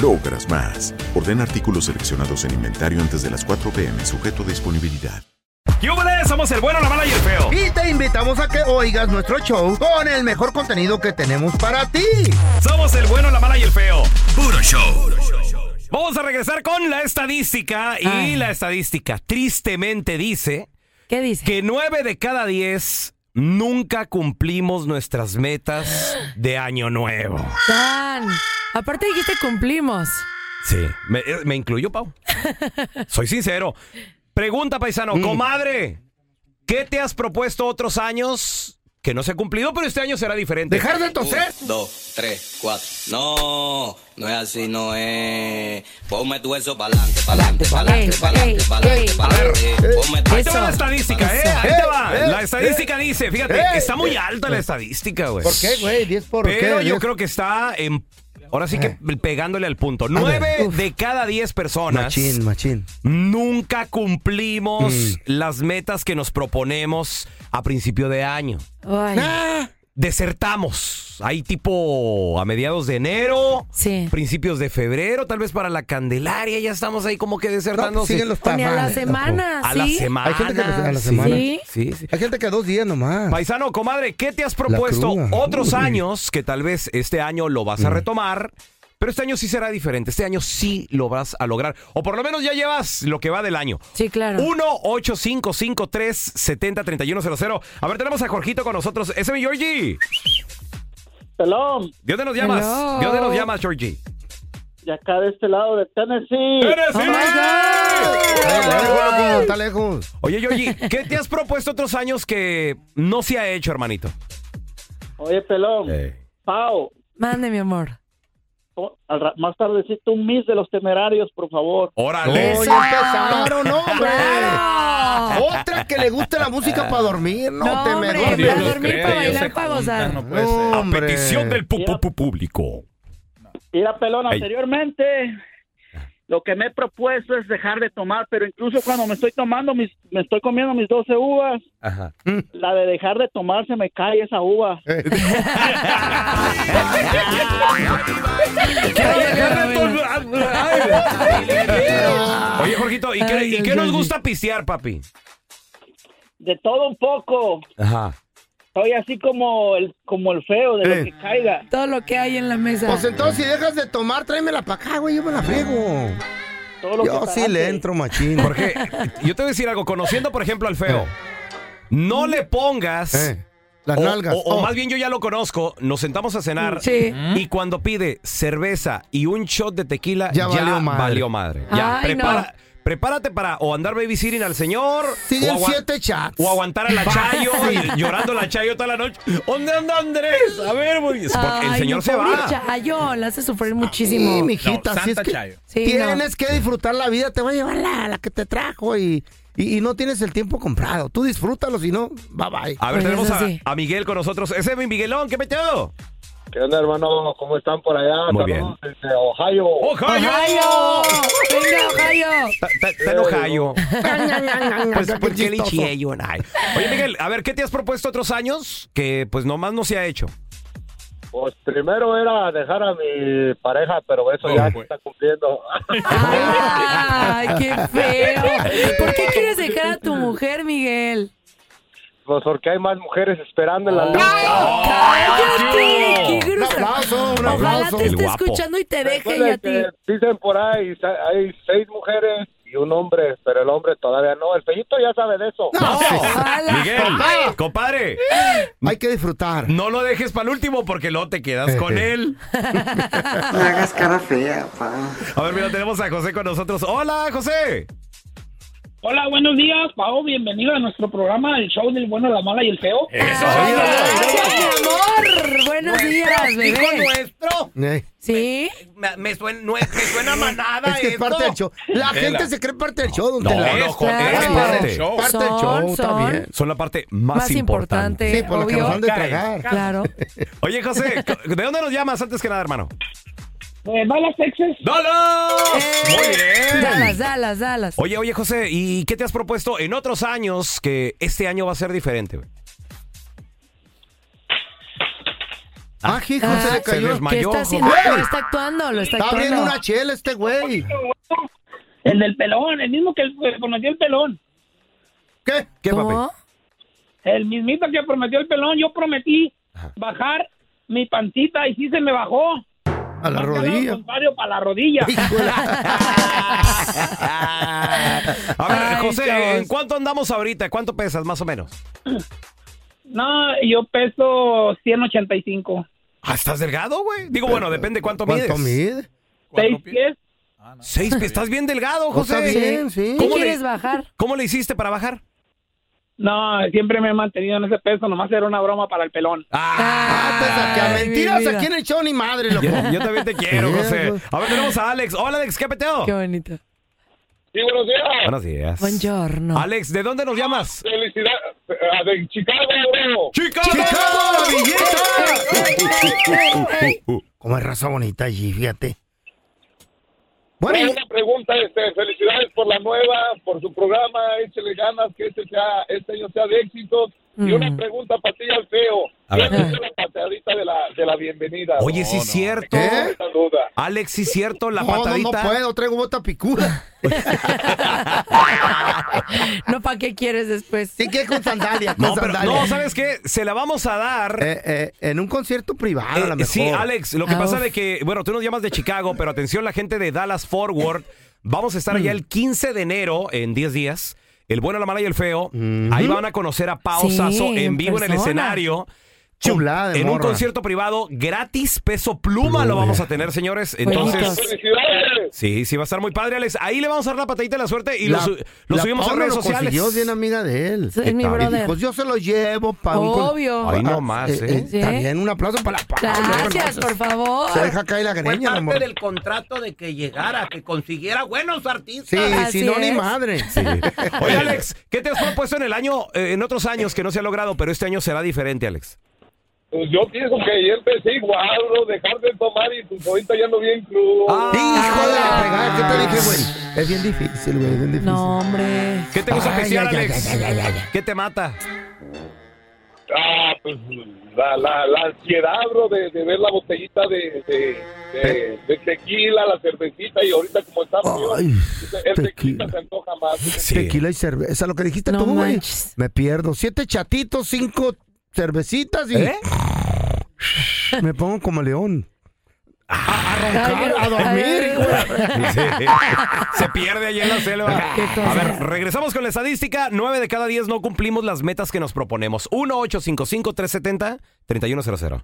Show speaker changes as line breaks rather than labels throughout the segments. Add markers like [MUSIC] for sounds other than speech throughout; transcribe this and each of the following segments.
logras más. Ordena artículos seleccionados en inventario antes de las 4 p.m. sujeto a disponibilidad.
¡Yúbales! Somos el bueno, la mala y el feo.
Y te invitamos a que oigas nuestro show con el mejor contenido que tenemos para ti.
Somos el bueno, la mala y el feo. Puro show. Vamos a regresar con la estadística. Y
Ay.
la estadística tristemente dice
¿Qué dice?
que 9 de cada 10 nunca cumplimos nuestras metas de año nuevo.
Tan. Aparte dijiste cumplimos.
Sí, me, eh, me incluyo, Pau. Soy sincero. Pregunta, paisano, comadre, ¿qué te has propuesto otros años que no se ha cumplido, pero este año será diferente?
Dejar de toser.
dos, tres, cuatro. No, no es así, no es. Ponme tu eso pa'lante, pa'lante, pa'lante,
Ey,
pa'lante,
ey,
pa'lante,
ey.
pa'lante. Ponme tu
Ahí te va
Eso.
la estadística, ¿eh? Ahí
Eso.
te va.
Eh,
La
eh,
estadística dice, fíjate,
eh,
está muy alta la estadística, güey.
¿Por qué, güey? ¿10 por qué? Eh.
Pero yo
¿Diez?
creo que está en- Ahora sí que pegándole al punto. Nueve
Uf.
de cada diez personas
Machín, Mm. machín.
nunca cumplimos las metas que nos proponemos a principio de año.
Ay,
Desertamos. Ahí tipo a mediados de enero,
Sí.
principios de febrero, tal vez para la Candelaria, ya estamos ahí como que desertando.
No, pues siguen los
O ni a la
tamales,
semana,
a
¿sí?
la semana.
Hay gente que a la
sí.
semana.
Sí, sí.
loco. Hay gente que dos días nomás.
Paisano, comadre, ¿qué te has propuesto
cruda.
otros
Uy. Mm.
años que tal vez este año lo vas a retomar? Pero este año sí será diferente. Este año sí lo vas a lograr. O por lo menos ya llevas lo que va del año.
Sí, claro.
1-855-370-3100. A ver, tenemos a Jorgito con nosotros. Ese es mi Georgie.
Pelón,
Dios te nos llamas.
Hello.
Dios te nos llamas, Georgie.
de acá de este lado de Tennessee.
¡Oh, my God!
Está lejos, loco, está lejos.
Oye, Georgie, ¿qué te has propuesto otros años que no se ha hecho, hermanito?
Oye, Pelón, Pau,
Mande, mi amor.
o- al ra- más tardecito un mis de los temerarios, por favor.
Órale.
Oye, empezaron, hombre.
¡Claro!
[LAUGHS] Otra que le gusta la música para dormir. No,
No,
te
hombre,
me
para
duermes.
dormir, para bailar, para gozar.
No,
a
hombre.
petición del pu- pu- pu- público.
Mira, Pelón,
Ey.
anteriormente lo que me he propuesto es dejar de tomar, pero incluso cuando me estoy tomando, mis, me estoy comiendo mis 12 uvas,
Ajá.
la de dejar de tomar se me cae esa uva.
Ah,
Oye, Jorgito, ¿y qué,
Ay,
y
Dios,
qué nos
Georgie.
gusta pistear, papi?
De todo un poco.
Ajá.
Soy así como el, como el feo de
Eh.
lo que caiga.
Todo lo que hay en la mesa.
Pues entonces, si dejas de tomar, tráemela para acá, güey. Yo me la friego.
Todo lo
Yo
que
sí
pase.
le entro, machín.
Jorge, yo te voy a decir algo. Conociendo, por ejemplo, al feo, no le pongas.
Eh, las
o,
nalgas.
o- o
Oh.
más bien yo ya lo conozco, nos sentamos a cenar
Sí.
y cuando pide cerveza y un shot de tequila, ya,
Ya
valió
valió
madre.
madre.
Ya,
Ay,
prepara- prepárate para o andar babysitting al señor o,
Siguen
agua-
siete chats.
o aguantar
[LAUGHS]
a la
Fácil.
Chayo, llorando la Chayo toda la noche. ¿Dónde anda Andrés? A ver, güey. Es porque el
Ay,
señor
mi
se
pobre
va.
Chayo, la hace sufrir muchísimo.
Sí, mijita, si es que
Sí,
tienes que disfrutar la vida, te va a llevar la, la que te trajo y, y, y no tienes el tiempo comprado. Tú disfrútalo, si no, bye bye. [LAUGHS]
A ver,
Pues
tenemos
eso
a,
sí.
a Miguel con nosotros. Ese es mi Miguelón, ¿qué metido?
¿Qué onda, hermano? ¿Cómo están por allá?
Muy
Saludos desde Ohio.
¡Ohio! ¡Venga, Ohio!
Está en Ohio. Pues, pues qué lichillo, ay. Oye, Miguel, a ver, ¿qué te has propuesto otros años que pues nomás no se ha hecho?
Pues primero era dejar a mi pareja, pero eso ya se
pues.
está cumpliendo.
[LAUGHS]
¡Ay, qué feo! ¿Por qué quieres dejar a tu mujer, Miguel?
pues porque hay más mujeres esperando
Ah.
en la lista.
¡Cállate! ¡Qué
Un
gruesa!
aplauso, un
Ojalá
aplauso.
te esté
guapo.
escuchando y te deje y
Recuerda
a ti.
que Dicen por ahí, sa- hay seis mujeres y un hombre, pero el hombre todavía no. El feñito ya sabe de eso.
Ojalá.
Oh, Miguel, compadre,
Hay que disfrutar.
no lo dejes para el último porque luego te quedas
[LAUGHS]
con él.
No hagas cara fea, pa.
A ver, mira, tenemos a José con nosotros. Hola, José.
Hola, buenos días, Pau. Bienvenido a nuestro programa, el show del bueno, la mala y el feo.
Eh.
Gracias, mi amor. Buenos días, bebé.
nuestro.
¿Sí?
Me, suena, manada
Eh, [LAUGHS] Es que es parte del show. La gente se cree parte del show, don Tela.
no, es
claro.
este parte del show.
Parte del
Son,
show, está
son.
bien.
Son la parte más,
Más importante,
importante.
Sí, por lo que nos han de
obvio.
tragar.
Claro.
Oye,
[LAUGHS]
José, ¿de dónde nos llamas antes que nada, hermano?
Eh, Dallas, Texas.
Eh,
¡Dalas! Muy
Dalas,
bien.
dalas, dalas.
Oye, oye, José, ¿y qué te has propuesto en otros años que este año va a ser diferente?
[LAUGHS]
güey?
Ah, hijo, se
Ah,
le
se
cayó.
¿Qué
desmayó. Mayor,
está haciendo?
José.
Lo está actuando, lo está
¡Eh! Está abriendo
actuando.
una chela este güey.
El del pelón, el mismo que que prometió el pelón.
¿Qué?
¿Qué,
¿Cómo?
papi?
El mismito que prometió el pelón, yo prometí bajar mi pancita y sí se me bajó.
A la rodilla.
para la rodilla.
[LAUGHS] A ver,
Ay,
José,
chavos.
¿en cuánto andamos ahorita? ¿Cuánto pesas, más o menos?
No, yo peso 185.
Ah, ¿Estás delgado, güey? Digo, bueno, depende cuánto,
¿Cuánto
mides.
mide?
Seis pies.
Seis, pies. estás bien delgado,
No,
José.
Oh, está bien,
¿Qué
sí.
¿Cómo le-
quieres bajar?
¿Cómo le hiciste para bajar?
No, siempre me he mantenido en ese peso, nomás era una broma para el pelón.
Ah, te saqué a
Ay, mi
mentiras
vida.
aquí en el show, ni madre, loco.
Yo, yo también te quiero,
Sí, pues.
José.
güey.
A ver, tenemos a Alex. Hola, Alex, ¿qué peteo?
Qué bonito.
Sí, buenos días.
Buenos días.
Buongiorno.
Alex, ¿de dónde nos llamas?
Felicidad eh, de Chicago, bro.
¡Chicago!
¡Chicago, la
billeta!
Como es raza bonita allí, fíjate. Bueno,
Una pregunta, este, felicidades por la nueva, por su programa, échale ganas, que este, sea, este año sea de éxitos. Y una pregunta para ti al feo.
Mm. A ver.
¿Quién hizo la patadita de la, de la bienvenida?
Oye,
No,
sí es cierto.
¿qué?
esa duda.
Alex, sí es cierto, la
¿eh? No, no, no
patadita.
puedo, traigo bota picuda.
[LAUGHS] No, ¿para qué quieres después?
Sí que con
[LAUGHS]
sandalia, con
No, pero-
sandalia.
no, ¿sabes qué? Se la vamos a dar.
Eh, eh, en un concierto privado, a
Eh,
lo mejor.
sí, Alex, lo que
Ah,
pasa
uf.
de que, bueno, tú nos llamas de Chicago, pero atención, la gente de Dallas Forward, vamos a estar
Mm.
allá el 15 de enero, en 10 días. El bueno, la mala y el feo. Ahí van a conocer a Pao
Sí,
Sasso en
en
vivo en el
persona.
escenario.
Chulada de
en un
morra.
concierto privado gratis, peso pluma lo vamos a tener, señores. Entonces,
Buenitos.
¡Felicidades!
sí, sí, va a estar muy padre, Alex. Ahí le vamos a dar la patadita de la suerte y lo,
La-
su- lo
la
subimos a
Paula
redes
lo
sociales.
consiguió, es bien amiga de él.
Es mi
Y
brother.
dijo, yo se lo llevo para un con-
Obvio.
Ay, no
Ah,
más,
eh,
¿eh?
eh,
Sí.
También un aplauso para la Paula,
Gracias,
hermosa.
por favor.
Se deja caer la greña, mi amor.
contrato de que llegara, que consiguiera buenos artistas.
Sí,
Así
si no, ni
es.
madre.
Oye, Alex, ¿qué te has propuesto en el año, eh, en otros años que no se ha logrado, pero este año será diferente, Alex?
Pues yo pienso que yo empecé igual, bro, dejar de tomar y pues ahorita ya ando bien crudo.
Ah. Hijo de la fregada, ¿qué te dije, güey? Es bien difícil, güey, es bien difícil.
No, hombre.
¿Qué te gusta
Ay,
especial,
ay, ay,
Alex?
ay, ay, ay, ay.
¿Qué te mata?
Ah, pues la, la, la ansiedad, bro, de, de ver la botellita de, de, de- de tequila, la cervecita y ahorita como está frío,
Ay,
el tequila
tequila.
se antoja más.
Tequila y cerveza, lo que dijiste
No
tú, güey.
manches.
Me pierdo. Siete chatitos, cinco cervecitas y
¿Eh?
me pongo como león.
Ay,
a
ay,
dormir, hijo de-
Se pierde allí en la selva.
Qué cosa.
A ver, regresamos con la estadística. 9 de cada 10 no cumplimos las metas que nos proponemos. 1-855-370-3100.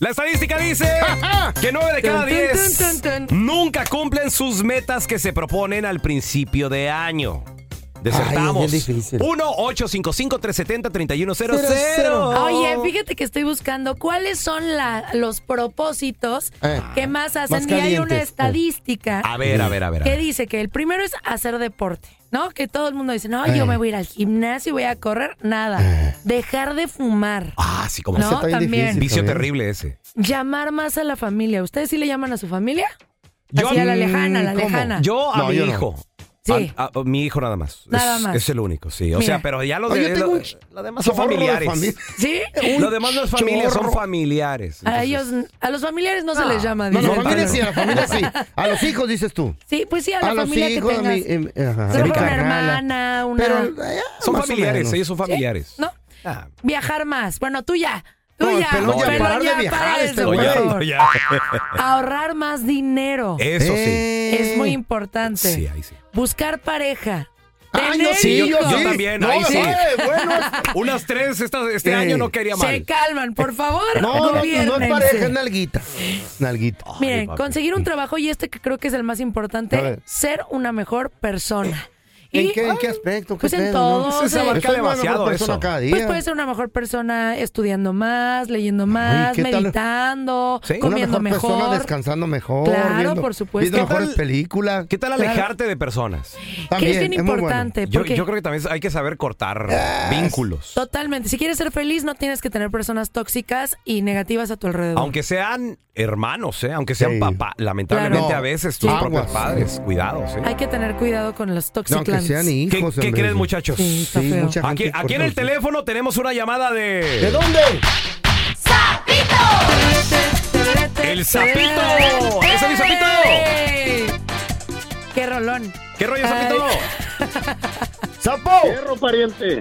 La estadística
[LAUGHS]
dice que 9 de cada
Tun, tun,
10
tun, tun,
nunca cumplen sus metas que se proponen al principio de año. Desertamos.
Ay, es bien difícil.
1-855-370-3100.
Oye, fíjate que estoy buscando cuáles son la- los propósitos
Eh.
que más hacen.
Más
y hay una
calientes. Oh.
estadística.
A ver, a ver, a ver, a
Que
ver.
dice que el primero es hacer deporte, ¿no? Que todo el mundo dice, no,
Eh.
yo me voy a ir al gimnasio y voy a correr. Nada. Dejar de fumar.
Ah, sí, como
No, Ese está bien también. difícil,
Vicio
también.
terrible ese.
Llamar más a la familia. ¿Ustedes sí le llaman a su familia? Así a la lejana, a la
¿Cómo?
lejana.
Yo a
No,
mi
yo no.
hijo.
Sí.
A, a- a mi hijo nada más.
Nada
es,
más.
Es el único, sí. O
Mira.
sea, pero ya lo
Oye,
de,
yo tengo
lo-
un ch-
lo demás son
chorro de
familiares.
familia. ¿Sí? Un
Lo demás no es familia, son
chorro.
familiares.
A ellos, a los familiares no, se les llama.
No, a la
dicen.
familia sí, a la familia sí.
[LAUGHS]
A los hijos dices tú.
Sí, pues sí, a la
A Ah, los
familia
hijos,
que
a
tengas.
mi- em, ajá,
Solo
a mi
con una
carnala. eh,
hermana, una...
Son
más o
familiares,
menos.
ellos son familiares.
¿no. Viajar más. Bueno, tú ya. Tú
No,
ya.
pelón ya,
pelón
parar de
ya,
viajar,
para
este
eso,
güey.
por favor.
No, ya.
Ahorrar más dinero.
Eso sí.
Es muy importante.
Eh. Sí, ahí sí.
Buscar pareja.
Ah,
Tener
sí, yo,
hijos.
yo también, ahí sí. [LAUGHS] Unas tres esta- este
Eh.
año no quería mal. Eh,
Se calman, por favor.
No, no, no es
gobiérnense.
pareja, es nalguita. Nalguita.
Miren, conseguir un trabajo y este que creo que es el más
A
importante,
ver.
ser una mejor persona.
¿En
Y-
qué, en qué aspecto? ¿Qué
Pues en
pedo, [LAUGHS]
todo.
no?
o sea,
Soy una mejor persona cada día.
Pues puede ser una mejor persona estudiando más, leyendo más,
¿qué tal?
meditando,
Sí. Una
comiendo
mejor,
mejor.
persona descansando mejor.
Claro,
viendo-
por supuesto.
Viendo
¿Qué
mejores
tal-
películas.
¿Qué tal alejarte de personas?
También, es bien es muy bueno. importante,
Yo-
porque-
Yo, creo que también hay que saber cortar
Ah,
vínculos.
Totalmente. Si quieres ser feliz, no tienes que tener personas tóxicas y negativas a tu alrededor.
Aunque sean hermanos, ¿eh? aunque sean papá, lamentablemente
Claro.
a veces tus
Sí.
propios
Aguas.
padres, cuidado. ¿eh? ¿sí?
Hay que tener cuidado con los
No, que
tóxicos.
sean hijos, ¿Qué- qué hombre. creen, muchachos?
Sí, está
Sí,
feo.
mucha gente Aquí- aquí en el teléfono tenemos una llamada de.
¿De dónde?
¡El sapito! ¡Ese es mi sapito!
¡Qué rolón!
¿Qué rollo,
Ah,
sapito?
¡Sapo!
[LAUGHS] ¡Perro, pariente!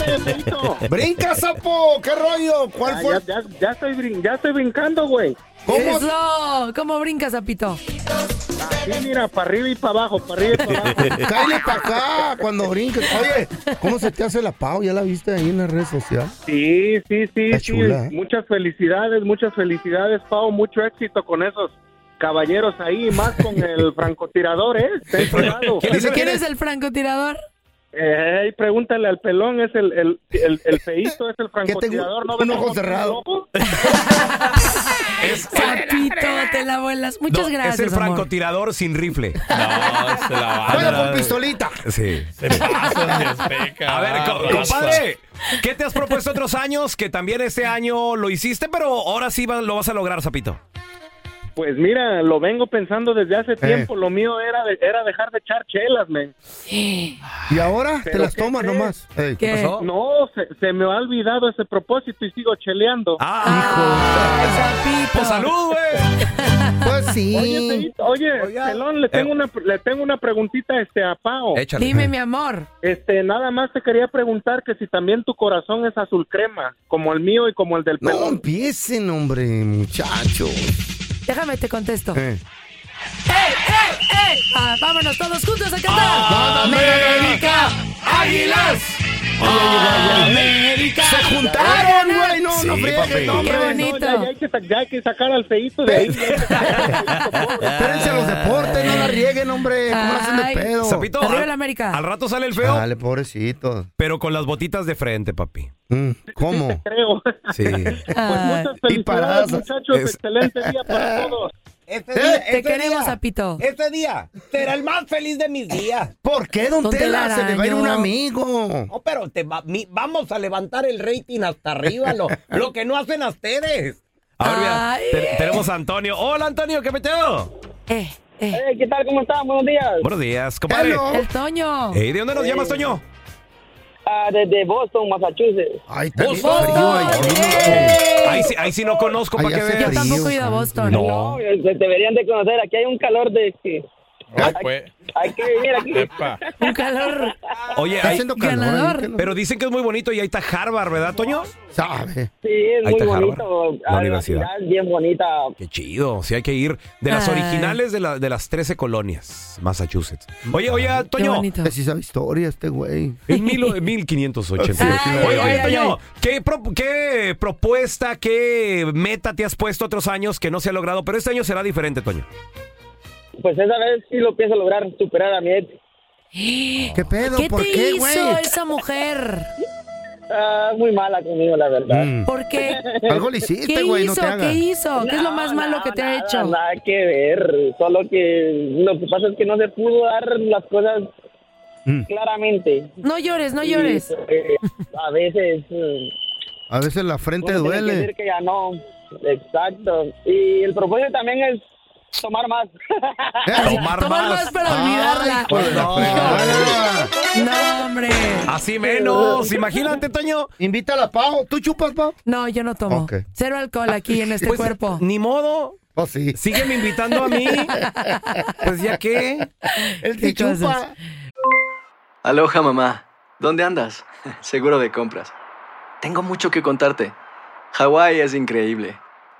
[LAUGHS] ¡Brinca, sapo! ¿Qué rollo? ¿Cuál
Ya,
fue?
Ya, ya estoy, brin- ya estoy brincando, güey.
¿Cómo? Eso, ¿Cómo brincas, sapito?
Sí, mira, para arriba y para abajo, para arriba y para abajo.
Cállate para acá cuando brinques. Oye, ¿cómo se te hace la pau? ¿Ya la viste ahí en las redes sociales?
Sí, sí, sí,
Está
sí.
chula, ¿eh?
Muchas felicidades, muchas felicidades, Pau. Mucho éxito con esos caballeros ahí, más con
[LAUGHS]
el francotirador, ¿eh? Ten cuidado.
¿Quién es el francotirador?
Ey, pregúntale al pelón, es el, el, el, el feíto, es el francotirador. ¿no ves
un ojo
cómo está
cerrado?
loco?
Sapito, te la vuelas. Muchas
No,
gracias,
Es el
amor.
francotirador sin rifle. [LAUGHS] No, se la
Juega con pistolita.
Sí. A ver, co-
raza.
compadre, ¿qué te has propuesto otros años? Que también este año lo hiciste, pero ahora sí va- lo vas a lograr, sapito.
Pues mira, lo vengo pensando desde
Eh.
hace tiempo. Lo mío era, de- era dejar de echar chelas, men.
¿Y ahora? ¿Te
¿Pero
las
qué
tomas
crees?
nomás? Ey,
¿Qué? No, se, se me ha olvidado ese propósito y sigo cheleando.
Ah.
Ah,
Pues salud, güey.
Pues sí.
Oye, Feito, oye, Pelón, le tengo, una, le tengo una preguntita este, a Pao.
Échale.
Dime, mi amor.
Este, nada más te quería preguntar que si también tu corazón es azul crema, como el mío y como el del
No
Pelón.
empiecen, hombre, muchachos.
Déjame te contesto.
Eh.
¡Eh! Ah, vámonos todos juntos a cantar.
¡América! ¡Águilas!
¡América! ¡Se juntaron, güey! No, no friegues, no, hombre.
No, ya, ya hay que, sa- ya hay que sacar al feito de ahí.
Espérense a los deportes, no la rieguen, hombre. ¿Cómo la hacen de
Ay.
pedo?
Sapito,
Arriba
al-
la América.
Al rato sale el feo.
Dale, pobrecito. Mm,
Pero con las botitas de frente, papi.
¿Cómo?
[LAUGHS]
Creo.
Sí.
Ah,
Pues muchas
Y paradas.
felicidades, muchachos.
Es-
Excelente día
[LAUGHS]
para todos.
Este
Eh,
día,
te
este
queremos,
día,
Sapito.
Eh.
Este día será el más feliz de mis días.
¿Por qué, don,
Don
Tela? Se le va a ir
Telaraño.
un amigo.
No, pero te va- mi- vamos a levantar el rating hasta arriba, lo, lo que no hacen a ustedes.
A ver, mira,
Ay.
te- tenemos a Antonio. Hola, Antonio, ¿qué meteo?
Eh,
¿Qué tal? ¿Cómo están? Buenos días.
Buenos días, compadre.
El Toño.
Ey, ¿De dónde nos llamas, Toño?
Ah, desde Boston, Massachusetts.
Ay,
Boston. Ahí sí, ahí sí no conozco, para que veas.
Yo tampoco he ido a Boston.
No.
eh, se deberían de conocer. Aquí hay un calor de que hay que vivir aquí.
Un calor.
Oye,
Está
hay-
haciendo calor Ganador. ahí, que no-
pero dicen que es muy bonito y ahí está Harvard, ¿verdad, Toño?
Sabe.
Sí, es muy
Ahí está
bonito.
la
Ah,
universidad.
ciudad es bien bonita.
Qué chido, sí hay que ir. De las
Ah.
Ay.
originales de, la- de las 13 colonias, Massachusetts. Oye, oye, Toño.
Este sí sabe historia este güey.
Es mil, 1588. oye,
Ay, ay,
oye,
ay,
Toño, ¿qué, pro- qué propuesta, qué meta te has puesto otros años que no se ha logrado? Pero este año será diferente, Toño.
Pues esa vez sí lo pienso lograr, superar a mi ex.
¿Qué pedo?
¿Qué
¿Por
te
qué,
hizo
güey?
esa mujer?
Ah, muy mala conmigo, la verdad.
Mm.
¿Por qué?
Algo le hiciste,
¿Qué
Este güey, no
hizo?
te hagas.
¿Qué hizo? ¿Qué es lo
No,
más malo
no,
que te ha
nada,
hecho?
Nada que ver, solo que lo que pasa es que no se pudo dar las cosas claramente.
No llores, no
Y,
llores.
eh, a
[LAUGHS]
veces eh,
A veces la frente
uno tiene que
duele.
decir que ya no. Exacto. Y el propósito también es tomar más. [LAUGHS]
Tomar,
Tomar más para
Ah,
olvidarla. No, hombre.
Así
Eh,
menos, imagínate, Toño.
Invítala, Pau. ¿Tú chupas, Pau?
No, yo no tomo.
Ok.
Cero alcohol aquí en este
Pues,
cuerpo.
Ni modo.
Oh, sí.
Sígueme invitando a mí. Pues ya qué.
El
sí chupa.
Aloha mamá, ¿dónde andas? [LAUGHS] Seguro de compras. Tengo mucho que contarte. Hawái es increíble.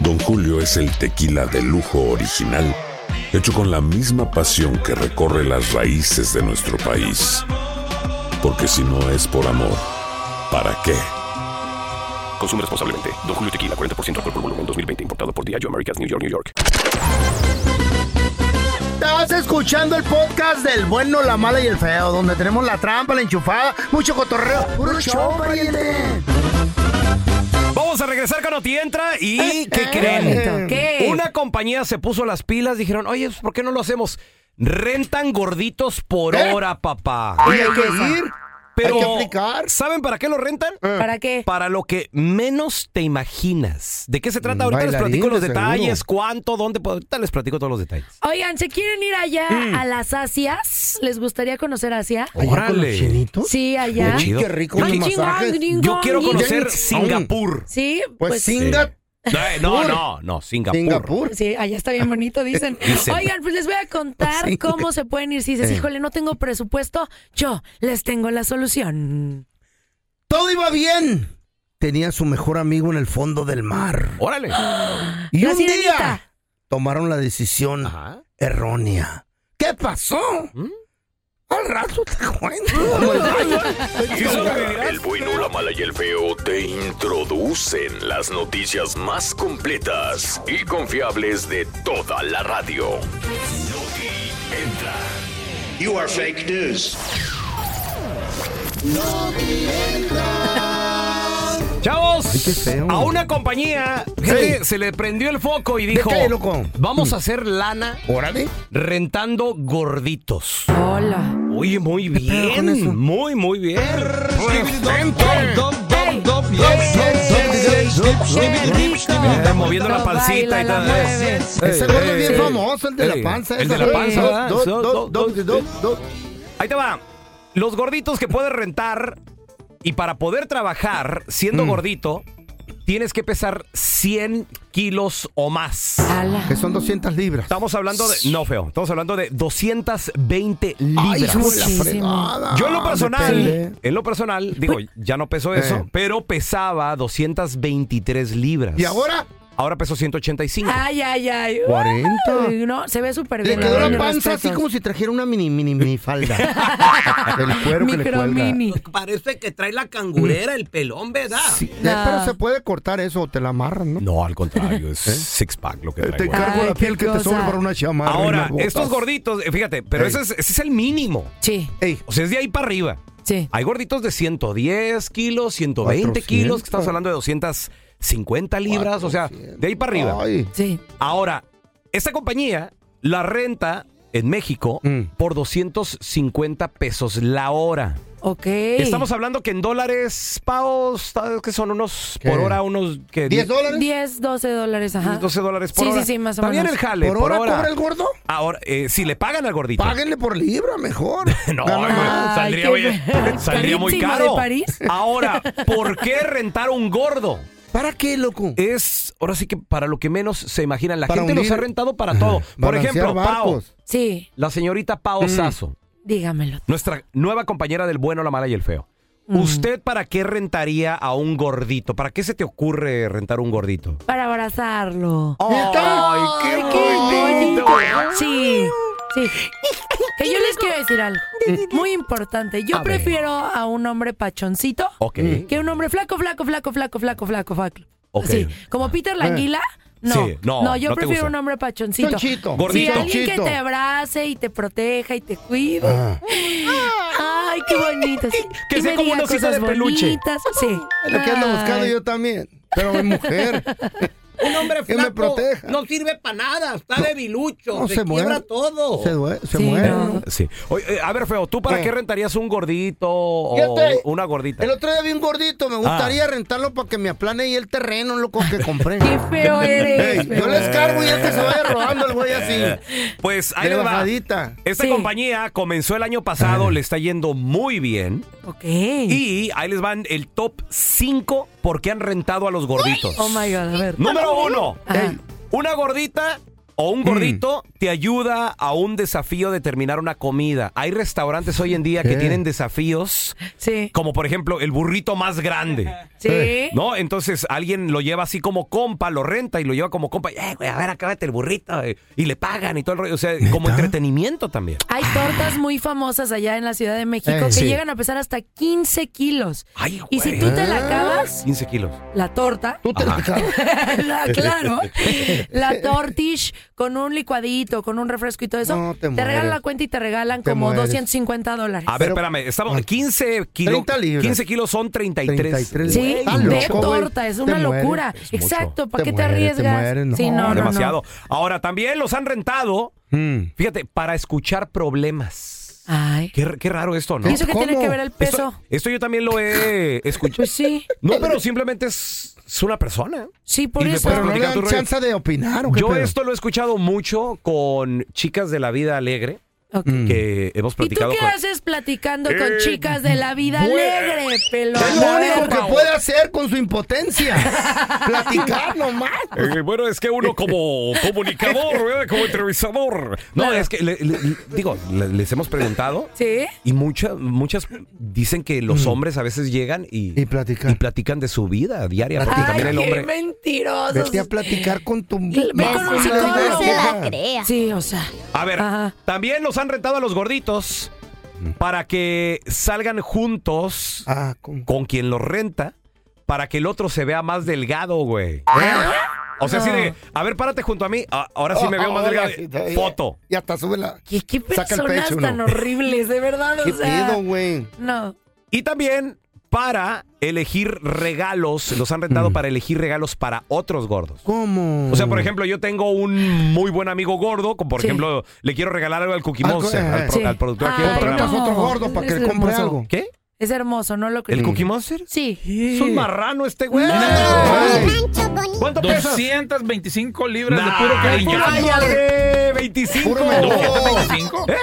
Don Julio es el tequila de lujo original, hecho con la misma pasión que recorre las raíces de nuestro país. Porque si no es por amor, ¿para qué?
Consume responsablemente. Don Julio Tequila 40% alcohol por volumen 2020 importado por Diageo Americas New York New York.
Estás escuchando el podcast del bueno, la mala y el feo, donde tenemos la trampa, la enchufada, mucho cotorreo. ¡Puro show, pariente!
Vamos a regresar con Oti Entra y
Ah,
¿qué creen?
¿Qué?
Una compañía se puso las pilas, dijeron, oye, pues, ¿por qué no lo hacemos? Rentan gorditos por hora, papá.
Y hay que ir,
Pero,
hay que
¿saben para qué lo rentan?
¿Para qué?
Para lo que menos te imaginas. ¿De qué se trata?
Mm,
Ahorita les
bailarín,
platico los
de
detalles,
seguro.
cuánto, dónde. pues, Ahorita les platico todos los detalles.
Oigan, ¿se quieren ir allá a las Asias? ¿Les gustaría conocer Asia?
¡Órale!
Sí, allá.
Qué chido.
Qué rico los
Ay, chingón,
masajes.
chingón,
Yo quiero
chingón.
conocer Singapur.
Sí,
Pues
pues
Singa- Eh, No, no, no, Singapur.
Sí, allá está bien bonito, dicen.
[LAUGHS] Dicen.
Oigan, pues les voy a contar cómo se pueden ir. Si dices,
Eh.
híjole, no tengo presupuesto, yo les tengo la solución.
Todo iba bien. Tenía su mejor amigo en el fondo del mar.
¡Órale!
Y
La
un
sirenita.
día tomaron la decisión errónea. ¿Qué pasó?
¿Mm?
Al rato te
[LAUGHS]
cuento.
El bueno, la mala y el feo te introducen las noticias más completas y confiables de toda la radio. You are fake news.
Chavos,
Ay, qué feo.
a una compañía fíjate, se le prendió el foco y dijo,
qué, loco? Mm.
vamos a hacer lana
Órale.
rentando gorditos.
Hola.
Oye, muy
pedo con eso?
bien, muy, muy bien.
Ah,
Eh, Moviendo la pancita y todo. eh.
Ese gordo es bien
Ey,
famoso, el de
ey,
la panza. ¿eh?
El de
esa-
la panza, Ah,
Do-
¿verdad? So-
do- do-
do- eh.
do- do- do-
Ahí te va. Los gorditos que puedes rentar y para poder trabajar siendo
Mm.
gordito, tienes que pesar 100 kilos o más.
Que son 200 libras.
Estamos hablando de... No, feo. Estamos hablando de 220
Ay,
libras.
hijo de la fregada.
Yo en lo
Ah, Depende. Pues,
personal, en lo personal, digo, ya no peso eso,
Eh.
pero pesaba 223 libras.
¿Y ahora?
Ahora peso 185.
Ay, ay, ay.
40.
Uy, no, se ve súper
Le
bien.
quedó la
mis
panza así
respetos.
como si trajera una mini, mini,
[LAUGHS]
mini falda. El cuero que le
Micro
cuelga.
mini.
[LAUGHS] Parece que trae la cangurera el pelón, ¿verdad?
Sí, eh, Pero se puede cortar eso o te la amarran, ¿no?
No, al contrario, es six pack lo que
Te
traigo.
encargo
Ay,
la piel
qué
que te sobra
cosa.
para una chamarra. y
Ahora,
unas botas.
estos gorditos, eh, fíjate, pero
Ey.
ese es, ese es el mínimo.
Sí.
O sea, es de ahí para arriba.
Sí.
Hay gorditos de 110 kilos, 120 kilos, que estamos hablando de 250 libras, o sea, de ahí para arriba. Eh,
Ay.
Sí.
Ahora, esta compañía
Mm.
la renta en México por 250 pesos la hora.
Ok.
Estamos hablando que en dólares, pavos, que son unos por hora, unos que
10, 12 dólares, ajá.
12 dólares por
sí,
hora.
Sí, sí, más o
Está bien
menos.
el jale.
¿Por hora cobra el gordo?
Ahora, eh, si le pagan al gordito.
Páguenle por libra mejor.
[LAUGHS] No,
No,
no,
no.
saldría,
Ay,
oye, [LAUGHS]
qué-
saldría muy
[LAUGHS] carísimo
caro.
de París.
[LAUGHS]
Ahora, ¿por qué rentar un gordo?
¿Para qué, loco?
Eh, Es, ahora sí que para lo que menos se imaginan. La
Para
gente los
hundir-
ha rentado para todo. Por
balancear
ejemplo, Pau.
barcos.
Sí,
La señorita Pao
Mm.
Sasso,
dígamelo.
nuestra nueva compañera del bueno, la mala y el feo.
Mm.
¿Usted para qué rentaría a un gordito? ¿Para qué se te ocurre rentar un gordito?
Para abrazarlo.
Oh, ¡Ay, qué bonito!
Sí, sí. Que yo les quiero decir
[LAUGHS]
algo muy importante. Yo prefiero a un hombre pachoncito
Ok.
que un hombre flaco, flaco, flaco, flaco, flaco, flaco, flaco.
Ok.
Sí, como Peter
Eh.
Languila. No,
Sí, no,
no, yo
no te
prefiero
gusta.
un hombre pachoncito.
Chonchito.
Sí,
Gordito.
alguien que
Chonchito. Ah.
te abrace y te proteja y te cuide. Ay, qué bonito. sí.
que
Y
sea
me
como
diga
una osita de
cosas
peluche.
bonitas. Sí.
Lo que ando buscando
Ay.
yo también. Pero es mujer.
Un hombre
[LAUGHS] Que me
flaco
proteja.
no sirve para nada, está debilucho,
no
se,
se mueve.
quiebra todo.
Se, due- se muere. ¿no?
Sí. Oye, eh, a ver, feo, ¿tú para
Eh.
qué rentarías un gordito o
Fíjate,
una gordita? Ah.
El otro día vi un gordito, me gustaría rentarlo para que me aplane ahí el terreno, loco, que
[LAUGHS]
compré.
Qué feo eres,
[LAUGHS] Ey, yo les cargo y es que se vaya robando el güey así.
Pues Eh. ahí
De
les va.
bajadita.
Esta
Sí.
compañía comenzó el año pasado, le está yendo muy bien.
Ok.
Y ahí les van el top 5 porque han rentado a los gorditos.
Oh my God, a ver.
Número uno.
Ajá.
Una gordita o un gordito te ayuda a un desafío de terminar una comida. Hay restaurantes hoy en día que tienen desafíos. Como por ejemplo el burrito más grande.
Sí.
Eh, ¿No? Entonces alguien lo lleva así como compa, lo renta y lo lleva como compa. Eh, güey, a ver, acábate el burrito. eh, Y le pagan y todo el rollo. O sea, como entretenimiento también.
Hay tortas muy famosas allá en la Ciudad de México
Eh,
que
sí.
llegan a pesar hasta 15 kilos.
Ay,
y si tú te la acabas,
15 kilos.
la torta. [LAUGHS] la, claro. La tortish con un licuadito, con un refresco y todo eso.
No, te
te
mueres.
regalan la cuenta y te regalan
Te
como
mueres.
250 dólares.
A ver, espérame, estamos 15 kilos.
30 libras.
15 kilos son 33.
33.
Sí,
Güey,
de
loco, güey.
torta, es
Te
una
mueres.
locura. Exacto, ¿para qué te arriesgas? sí, no, no, no.
demasiado. Ahora también los han rentado.
Mm.
Fíjate, para escuchar problemas.
Ay.
Qué, qué raro esto, ¿no?
¿Y eso qué tiene ¿Cómo? que ver el peso?
Esto, esto yo también lo he escuchado.
Pues sí.
No, pero simplemente es, es una persona.
Sí,
Y le puedes
Pero no le
platicar tu
dan
rollo.
chance de opinar. ¿o Ah, qué
Yo
pedo?
esto lo he escuchado mucho con chicas de la vida alegre que hemos
¿Y tú
platicado
qué
con.
haces platicando con
Eh,
chicas de la vida
bueno.
alegre, pelón?
Es lo único que puede hacer con
[LAUGHS]
su impotencia. Platicar nomás.
Eh, bueno, es que uno como comunicador, ¿verdad? como entrevistador. No, es que, le- le- le- digo, le- les hemos preguntado.
Sí.
Y muchas, muchas dicen que los hombres a veces llegan y, y, platican. de su vida diaria. Porque
Ay,
también el
qué
hombre.
mentirosos.
Vete a platicar con tu...
Ve con un psicólogo. Sí, o sea.
A ver, también los han rentado a los gorditos para que salgan juntos
Ah.
con quien los renta para que el otro se vea más delgado, güey. O sea, así
No.
de, a ver, párate junto a mí. Ah, ahora sí me veo más
Ahora
delgado.
sí, todavía.
Foto.
Y hasta sube la...
¿Qué, qué
Saca el
personas
pecho,
tan
¿no?
horribles, de verdad, o
¿Qué
sea.
pedo, güey?
No.
Y también para elegir regalos, los han rentado para elegir regalos para otros gordos.
Mm. ¿Cómo?
O sea, por ejemplo, yo tengo un muy buen amigo gordo, como por
Sí.
ejemplo, le quiero regalar algo al Cookie
Al-
Monster, al, pro-
sí.
al productor aquí del
Ay,
programa.
no. Otro gordo para que
es
le compre
hermoso.
algo.
¿Qué?
Es hermoso, no lo creo.
¿El Cookie Monster?
Sí.
Es un marrano este güey. ¿Cuánto pesas?
225 libras
Nah,
de puro cariño.
cállate, 25.
Puro ¿225?
¿Eh?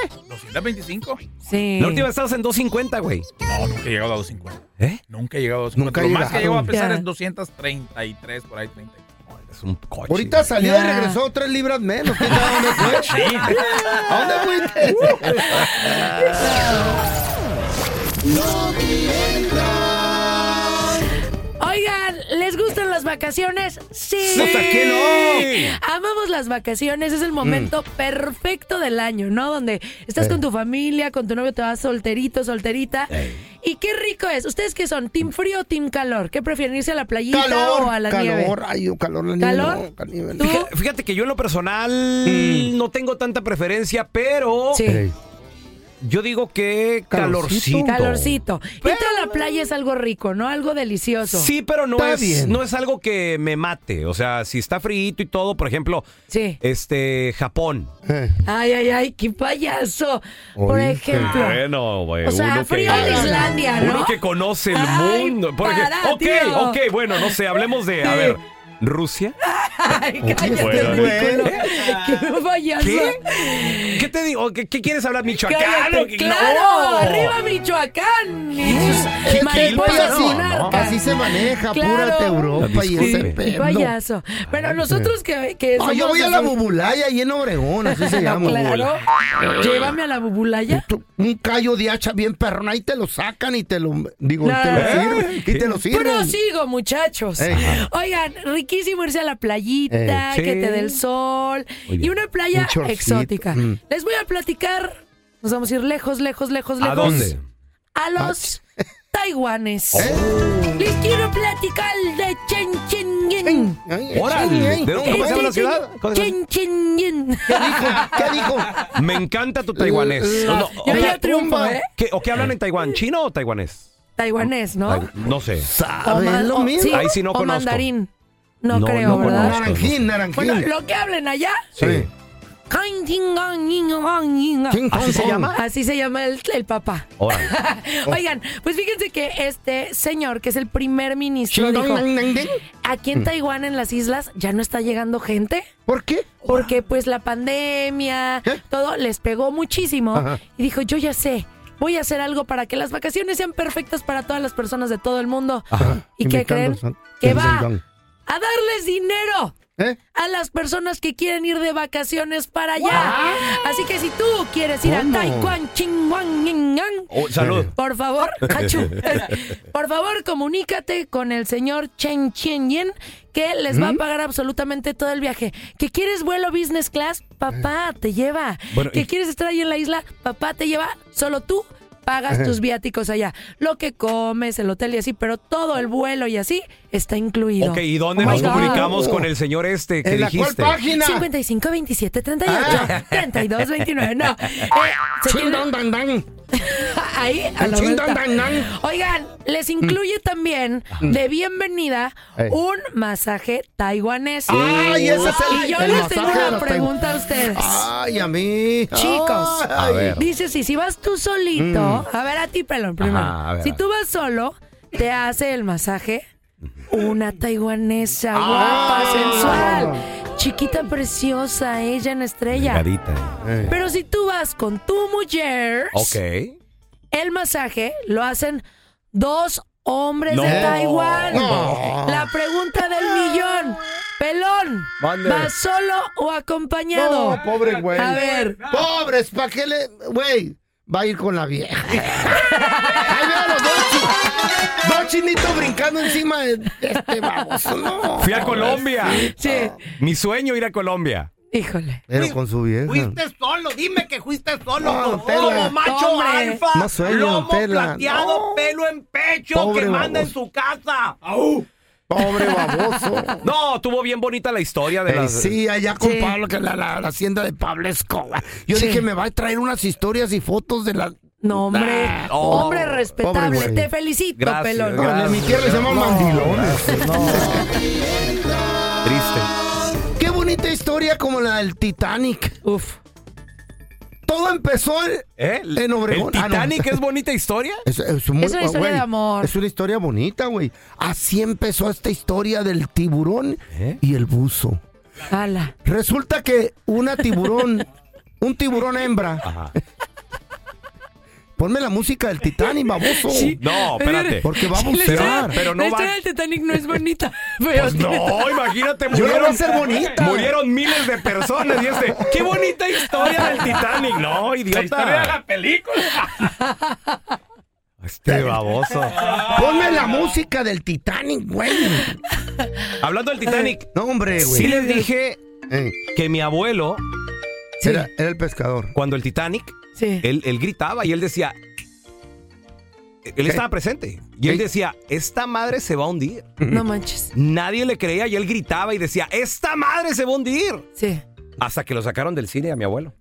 225.
Sí.
La última estabas en 250, güey.
No, nunca he llegado a 250.
¿Eh?
Nunca he llegado a 250.
Nunca
Lo más
llegaron.
que llego a pesar
Ya.
es 233, por ahí 30.
Es un coche.
Ahorita salió y
Ya.
regresó tres libras menos. ¿Qué tal? ¿A dónde fue? ¿A dónde fuiste?
Uh,
Oigan, ¿les gustan las vacaciones? Sí.
O sea, ¿qué
Amamos las vacaciones, es el momento perfecto del año, ¿no? Donde estás
Mm. Eh.
con tu familia, con tu novio, te vas solterito, solterita. Y qué rico es. ¿Ustedes qué son? ¿Team frío o team calor? ¿Qué prefieren irse a la playita o a la nieve?
calor, ay, oh, calor, la nieve,
¿Calor?
no, la nieve, no.
Fíjate, fíjate que yo en lo personal no tengo tanta preferencia, pero
Sí.
Yo digo que calorcito.
Calorcito. Ir a la playa es algo rico, ¿no? Algo delicioso.
Sí, pero no es, no es algo que me mate. O sea, si está frío y todo, por ejemplo, este Japón.
Ay, ay, ay, qué payaso. Por ejemplo.
Bueno, güey,
O sea,
uno que-
frío en Islandia, ¿no?
Uno que conoce el
Ay,
mundo. Por ejemplo,
para,
ok,
tío.
ok, bueno, no sé, hablemos de, a
Sí.
ver, Rusia.
Ay, cállate,
Bueno,
Nicolás. Qué payaso.
¿Qué? ¿Qué te digo? ¿Qué, qué quieres hablar, Michoacán? ¿O
Cállate,
qué?
claro,
¡No!
arriba Michoacán.
¿Qué
Mariposa
quilpa? No,
monarca.
pues, no, así se maneja, púrate Europa y ese
Disculpe.
pedo.
Payaso. Bueno, nosotros que, que
Ah, yo
somos
voy a la
azul-
bubulaya ahí en Obregón, así
[LAUGHS]
[LAUGHS]
se llama.
Claro. Eh.
bubulaya.
Llévame a la bubulaya.
Un callo de hacha bien perrona, ahí te lo sacan y te lo digo,
No.
y te lo sirven, y te lo sirven.
Prosigo, muchachos.
Ey.
Oigan, riquísimo irse a la playita,
Ey. Sí.
que te dé el sol
Muy
y
bien.
una playa
Un shortcito.
exótica.
Mm.
Les voy a platicar. Nos vamos a ir lejos, lejos, lejos, lejos.
¿A dónde? Ah,
A los taiwanes.
Oh.
Les quiero platicar de Chen Chen Yin.
Órale, ¿de dónde? ¿Cómo se llama la ciudad? ¿Cómo se
Chen Chen Yin. ¿Qué dijo?
¿Qué dijo?
Me encanta
[LAUGHS]
tu taiwanés.
La-
o
Yo
qué-
ya triunfo, ¿eh?
¿Qué- ¿O qué hablan en Taiwán? ¿Chino o taiwanés?
Taiwanés, ¿no?
Taiw- No sé. Ah,
O man- o- sí,
Ahí sí no
o
conozco.
mandarín. No,
No,
creo,
no
¿verdad?
conozco, no sé.
Bueno, lo que hablen allá.
Sí.
¿Así
¿Así se llama?
Así se llama el, el
[LAUGHS]
papá.
Órale.
Oigan, pues fíjense que este señor, que es el primer ministro,
Ching,
dijo,
dong, dong, dong.
aquí en
Mm.
Taiwán, en las islas, ya no está llegando gente.
¿Por qué?
Porque pues la pandemia, todo les pegó muchísimo.
Ajá.
Y dijo, yo ya sé, voy a hacer algo para que las vacaciones sean perfectas para todas las personas de todo el mundo. ¿Y qué creen? Que va a darles dinero
¿Eh?
a las personas que quieren ir de vacaciones para allá. Así que si tú quieres ir
¿Cómo?
a Taekwondo, Chingwang, Yingang,
Oh, salud.
por favor, achú, por favor comunícate con el señor Chen Chien Yen que les va a
¿Mm?
pagar absolutamente todo el viaje. ¿Que quieres vuelo business class? Papá te lleva.
Bueno,
¿Que
y-
quieres estar ahí en la isla? Papá te lleva. Solo tú pagas tus viáticos allá. Lo que comes, el hotel y así, pero todo el vuelo y así está incluido.
Ok, ¿y dónde
Oh my
nos
God.
comunicamos con el señor este que
¿En la cual
dijiste?
página? 55 27 38
Ah.
32 29. No. Eh, se
Chin,
tiene-
don, dan, dan.
[LAUGHS] Ahí a
El
la
chin,
vuelta.
dan, dan, dan.
Oigan, les incluye también de bienvenida
Ey.
un masaje taiwanés.
Ay, ese es el-
Y yo
el
les tengo
masaje de
una
los
pregunta a ustedes.
Ay, a mí.
Chicos,
Ay.
dice sí, si vas tú solito,
Mm.
a ver a ti, pelón, primero.
Ajá, a ver,
si
a
tú vas solo, te hace el masaje una taiwanesa
Ah.
guapa, sensual, chiquita, preciosa, ella en estrella.
eh.
Pero si tú vas con tu mujer,
Ok.
el masaje lo hacen dos hombres de
No.
Taiwán.
No.
La pregunta del millón. Pelón,
Mande.
¿vas solo o acompañado?
No, pues. pobre güey.
A ver.
Pobres, ¿pa' qué le...? Güey, va a ir con la vieja. [LAUGHS] Ahí veo a los dos, chi- dos chinitos brincando encima de de este baboso. No.
Fui a Colombia.
Sí.
Mi sueño ir a Colombia.
Híjole.
Pero con su vieja.
Fuiste solo, dime que fuiste solo.
No,
como-
don Tela.
como macho
Hombre.
alfa.
Eh, No sueño,
lomo
don Tela. Oh.
plateado, pelo en pecho,
Pobre
que manda en
baboso.
su casa. ¡Au!
Pobre baboso.
[LAUGHS] No, tuvo bien bonita la historia de
Ey,
las...
Eh, sí, allá con Pablo, que la, la- la hacienda de Pablo Escobar. Yo
Sí.
dije, me va a traer unas historias y fotos de la...
No, hombre.
Ah,
hombre
pobre
respetable.
güey.
Te felicito,
Gracias,
pelón.
gracias. No, en mi tierra se llaman mandilones.
Triste.
Qué bonita historia como la del Titanic.
Uf.
Todo empezó en,
¿Eh?
en Obregón.
¿El
Ah, no.
Titanic es bonita historia?
Es, es muy-
Es una historia
güey,
de amor.
Es una historia bonita, güey. Así empezó esta historia del tiburón
¿Eh?
y el buzo.
Ala.
Resulta que
[LAUGHS]
una tiburón, un tiburón hembra. Ponme la música del Titanic, baboso.
Sí.
[LAUGHS]
No, espérate.
Porque va
[LAUGHS]
a
Sí, la
bucear.
historia- pero no
la
va-
historia del Titanic no es bonita. [LAUGHS] pero-
Pues no, imagínate,
Yo la voy
murieron.
a hacer bonita.
Murieron miles de personas y este. ¡Qué bonita historia del Titanic! No, idiota.
La historia de la película.
[LAUGHS] Este baboso.
[LAUGHS]
Ponme la música del Titanic, güey.
Hablando del Titanic.
No, hombre, güey. Eh,
Sí les dije que mi abuelo.
Era, era el pescador.
Cuando el Titanic. Él, él gritaba y él decía. Él estaba presente. Y él decía, esta madre se va a hundir.
No manches.
Nadie le creía y él gritaba y decía, ¡esta madre se va a hundir!
Sí. [LAUGHS]
Hasta que lo sacaron del cine a mi abuelo.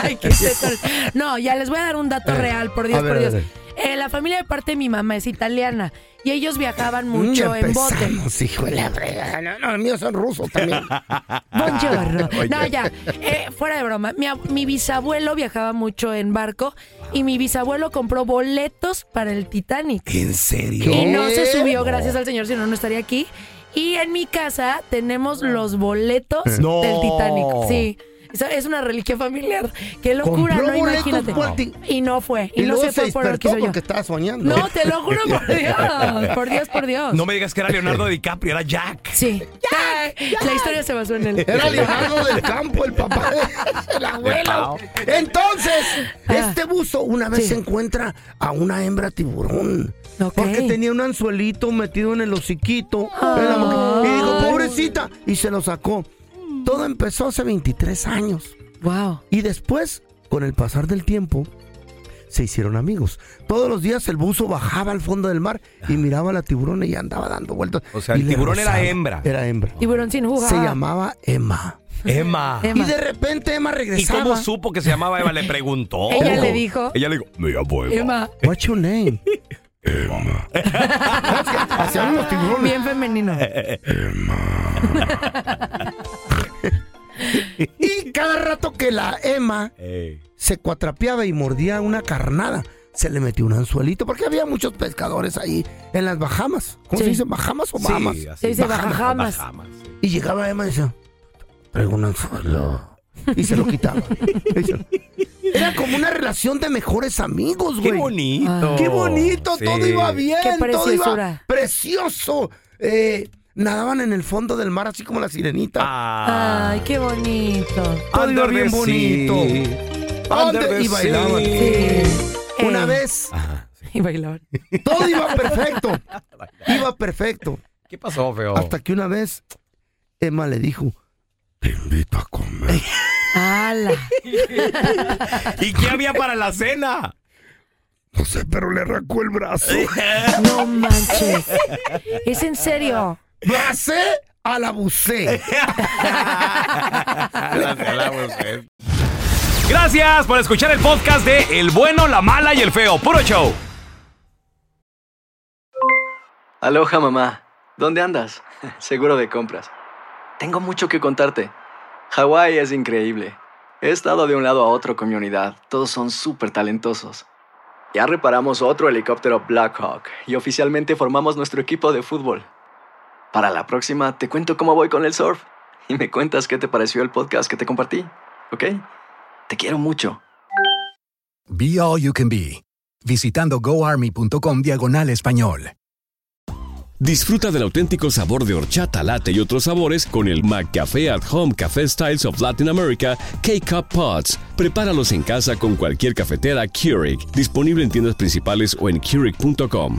Ay,
[LAUGHS]
qué tetas. No, ya les voy a dar un dato
Eh,
real, por
a
Dios,
ver,
por
a
Dios.
ver.
Eh, la familia de parte de mi mamá es italiana y ellos viajaban mucho en bote.
Mm, empezamos, hijo de la fregada. No, no, los míos son rusos también.
Buongiorno.
Ah, [LAUGHS] Oye.
No, ya, eh, fuera de broma. Mi, ab- mi bisabuelo viajaba mucho en barco y mi bisabuelo compró boletos para el Titanic.
¿En serio?
Y no se subió, gracias al señor, si no, no estaría aquí. Y en mi casa tenemos los boletos
Eh.
No.
del Titanic. Sí. Esa Es una reliquia familiar. Qué locura,
Compró
no
boletos
imagínate.
por el ti-
Y no fue. [LAUGHS] Y,
Y
no
luego
se
se
fue por lo que
despertó
hizo yo.
porque estaba soñando.
No, te lo juro por
[LAUGHS]
Dios. Por Dios, por Dios.
No me digas que era Leonardo DiCaprio, era Jack.
Sí. La historia se basó en él.
Era
[LAUGHS]
Leonardo del Campo, el papá de- del abuelo. Entonces,
Ah.
este buzo una vez se encuentra a una hembra tiburón. Porque tenía un anzuelito metido en el hociquito. en la boca, y dijo, pobrecita. Y se lo sacó. Todo empezó hace 23 años.
Wow.
Y después, con el pasar del tiempo, se hicieron amigos. Todos los días el buzo bajaba al fondo del mar
Ah.
y miraba a la tiburón y andaba dando vueltas.
O sea,
Y
el
le
tiburón era
rozaba.
hembra.
Era hembra.
Tiburón sin jugar.
Se llamaba Emma.
Emma.
Y de repente Emma
¿Y
regresaba.
cómo supo que se llamaba Eva? Le preguntó.
Ella le dijo.
Ella le dijo, me llamo Eva.
Emma.
What's your name? Hacían unos tiburones.
Bien
[LAUGHS]
femenino.
Y cada rato que la Emma se cuatrapeaba y mordía una carnada, se le metió un anzuelito, porque había muchos pescadores ahí en las Bahamas. ¿Cómo se
Sí.
dice? ¿Bahamas o
Sí,
Bahamas?
así. Se dice Bahamas. Bahamas,
Y llegaba Emma y decía, traigo un anzuelo. Y se lo quitaba. Era como una relación de mejores amigos, güey.
Qué bonito.
Qué bonito,
Sí.
todo iba bien,
Qué
todo iba
preciosura.
precioso. Eh, nadaban en el fondo del mar así como la sirenita.
Ah,
Ay, qué bonito.
Todo iba bien bonito.
Under
Under-
the
y bailaban.
sea.
Sí. Una vez,
Y bailaban.
todo iba perfecto. Iba perfecto.
¿Qué pasó, feo?
Hasta que una vez, Emma le dijo,
¡Hala!
¿Y qué había para la cena?
no sé, pero le arrancó el [LAUGHS] brazo.
No manches. Es en serio.
Bracé a la bucé.
Gracias por escuchar el podcast de El bueno, la mala y el feo. Puro show.
Aloha mamá, ¿dónde andas? [LAUGHS] Seguro de compras. Tengo mucho que contarte. Hawái es increíble. He estado de un lado a otro con mi unidad. Todos son súper talentosos. Ya reparamos otro helicóptero Blackhawk y oficialmente formamos nuestro equipo de fútbol. Para la próxima te cuento cómo voy con el surf y me cuentas qué te pareció el podcast que te compartí, ¿ok? Te quiero mucho.
Be All You Can Be, visitando goarmy.com diagonal español.
Disfruta del auténtico sabor de horchata, latte y otros sabores con el McCafé at Home Café Styles of Latin America K-Cup Pods. Prepáralos en casa con cualquier cafetera Keurig, disponible en tiendas principales o en Keurig.com.